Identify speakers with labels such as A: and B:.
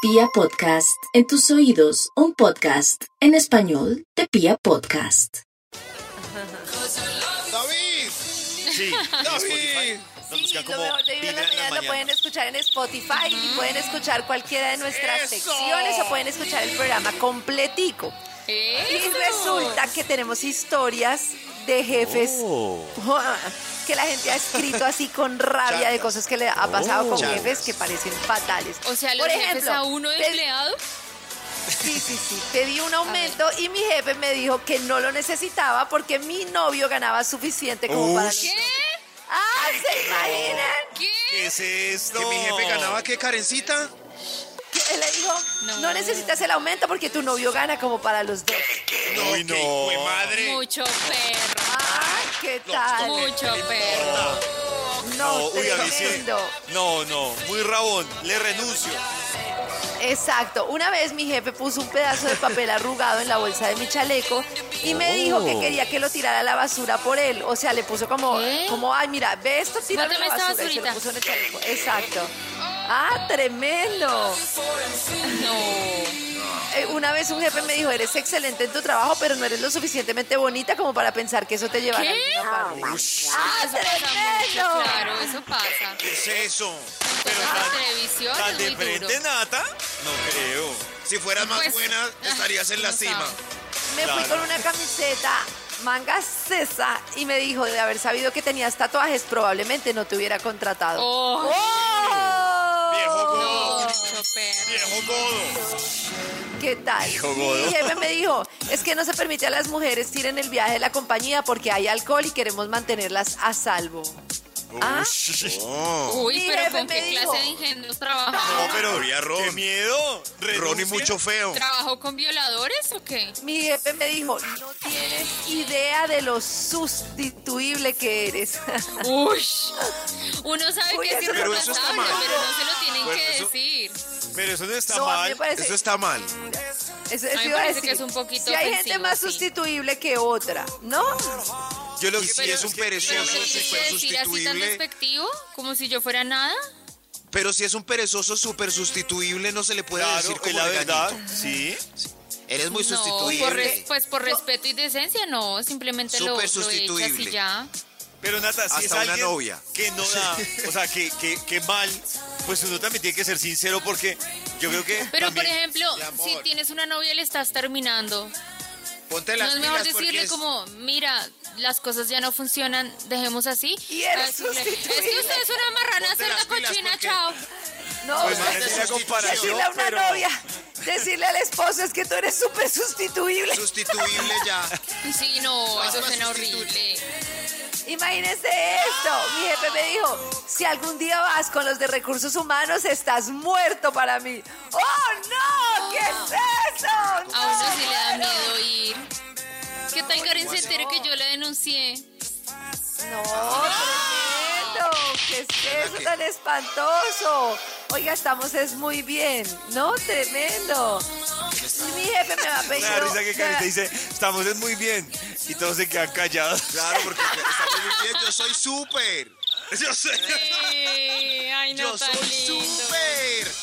A: Pia Podcast, en tus oídos, un podcast en español de Pia Podcast.
B: David,
C: Sí,
B: David.
C: nos
D: Sí,
C: buscan
D: lo
C: como
D: mejor de Vibra
C: Vibra
D: en la mañana lo pueden
C: mañana.
D: escuchar en Spotify y pueden escuchar cualquiera de nuestras
B: ¡Eso!
D: secciones o pueden escuchar el programa completico. Y resulta que tenemos historias de jefes
C: Oh.
D: que la gente ha escrito así con rabia de
B: Chancas.
D: cosas que le ha pasado
C: Oh,
D: con
B: Chancas.
D: jefes que parecen fatales.
E: O sea, los
D: Por
E: jefes
D: ejemplo,
E: a uno de
D: pe-
E: empleado.
D: Sí, sí, sí. Pedí un aumento y mi jefe me dijo que no lo necesitaba porque mi novio ganaba suficiente como para...
B: Ush.
D: los-
E: ¿Qué?
D: ¡Ah, se imaginan!
C: ¿Qué
E: ¿Qué?
C: es esto?
B: ¿Que mi jefe ganaba qué, Karencita?
D: que le dijo, no.
E: No.
D: necesitas el aumento porque tu novio gana como para los dos.
B: No,
C: Uy,
B: no.
C: no.
B: madre.
E: Mucho perro.
D: Ah, ¿qué
B: No,
D: tal?
E: Mucho perro.
D: No,
C: No, uy, a mí sí.
D: tremendo.
C: No, no, muy rabón, le renuncio.
D: Exacto. Una vez mi jefe puso un pedazo de papel arrugado en la bolsa de mi chaleco y me dijo que
C: Oh.
D: quería que lo tirara a la basura por él. O sea, le puso como,
E: ¿Qué?
D: como ay, mira, ve esto, tíralo a la
E: Bótame
D: basura.
E: esta
D: Y se lo
E: basurita.
D: puso en el chaleco. Exacto. Ah, tremendo.
E: No.
D: Eh, Una vez un jefe me dijo, eres excelente en tu trabajo, pero no eres lo suficientemente bonita como para pensar que eso te llevará a
E: ¿Qué?
D: alguna parte".
E: Ah, eso pasa
D: tremendo!
E: mucho, claro, eso pasa.
C: ¿Qué es eso?
E: Pero la televisión
C: ¿Tan
E: es
C: de
E: muy
C: frente,
E: duro.
C: Nata? No creo.
B: Si fueras más
E: Pues,
B: buena, estarías en la
E: no
B: cima.
E: sabe.
D: Me fui
C: Claro.
D: con una camiseta manga cesa y me dijo de haber sabido que tenías tatuajes probablemente no te hubiera contratado.
E: Oh,
D: ¡Oh!
B: Viejo godo.
E: mucho perro.
B: Viejo godo.
D: ¿Qué tal?
C: Viejo
D: Mi
C: godo.
D: jefe me dijo, es que no se permite a las mujeres ir en el viaje de la compañía porque hay alcohol y queremos mantenerlas a salvo. Ah.
C: Ush.
B: Oh.
E: Uy,
D: Mi jefe
E: pero con
D: me
E: qué
D: dijo.
E: clase de ingenuos trabaja.
B: No, pero había
C: ¡Qué
B: Ron.
C: miedo!
B: Ron y
C: ¿Renuncia?
B: mucho feo.
E: ¿Trabajó con violadores o qué?
D: Mi jefe me dijo, no tienes idea de lo sustituible que eres.
E: Uy. Uno sabe
D: Uy,
E: que es
D: eso-
B: Pero eso está
E: irreemplazable,
B: mal.
E: pero no se lo tienen
C: Bueno,
E: que
C: eso-
E: decir.
C: Pero eso no está
D: No, a mí me
C: mal.
D: parece-
B: Eso está mal.
D: Eso,
E: A mí
D: eso
E: me
D: iba a
E: parece
D: decir.
E: que es un poquito
D: Si hay gente
E: ofensivo,
D: más
E: sí.
D: sustituible que otra, ¿no?
B: Yo lo que si
E: Pero-
B: es un
E: pero
B: perezoso
E: me lo quise
B: súper
E: decir así tan
B: sustituible,
E: despectivo, como si yo fuera nada.
B: pero si es un perezoso súper sustituible, no se le puede
C: Claro,
B: decir
C: es
B: como
C: la
B: la
C: verdad. Sí.
B: Eres muy
E: No, por res-
B: sustituible.
E: pues por respeto y decencia, no. Simplemente lo,
B: Súper
E: lo echas
B: sustituible.
E: y ya.
C: Pero Nata, si
B: Hasta
C: es
B: una
C: alguien
B: novia.
C: que no da, o sea, que, que, que mal, pues uno también tiene que ser sincero porque yo creo que
E: Pero
C: también-
E: por ejemplo,
B: mi amor.
E: si tienes una novia y le estás terminando,
B: Ponte
E: no
B: las
E: es mejor
B: pilas porque
E: decirle
B: es-
E: como, mira, las cosas ya no funcionan, dejemos así.
D: Y eres
E: A decirle, es
D: sustituible.
E: que usted es una marrana
B: Ponte las
E: cerda
B: pilas,
E: cochina,
B: porque-
E: chao.
D: No,
C: Pues,
D: o sea,
C: imagínate esa comparación,
D: decirle a una
C: pero-
D: novia, decirle al esposo es que tú eres súper sustituible.
B: Sustituible ya.
E: Sí, no, eso
B: más
E: suena
B: sustituye.
E: horrible.
D: Imagínense esto. Mi jefe me dijo, si algún día vas con los de recursos humanos, estás muerto para mí. ¡Oh, no! ¿Qué es eso?
E: A uno
D: ¡No,
E: sí le da
D: bueno!
E: miedo ir. ¿Qué tal Karen se entere que yo la denuncié?
D: No, tremendo. ¿Qué es eso tan espantoso? Oiga, estamos es muy bien. No, tremendo. Mi jefe me va a pedir.
C: Una risa que Karen te dice, estamos es muy bien. Y todos se quedan callados.
B: Claro, porque está muy bien. Yo soy súper. Yo soy,
E: Sí, Eh, ay, no,
B: yo
E: tan
B: soy
E: lindo.
B: súper.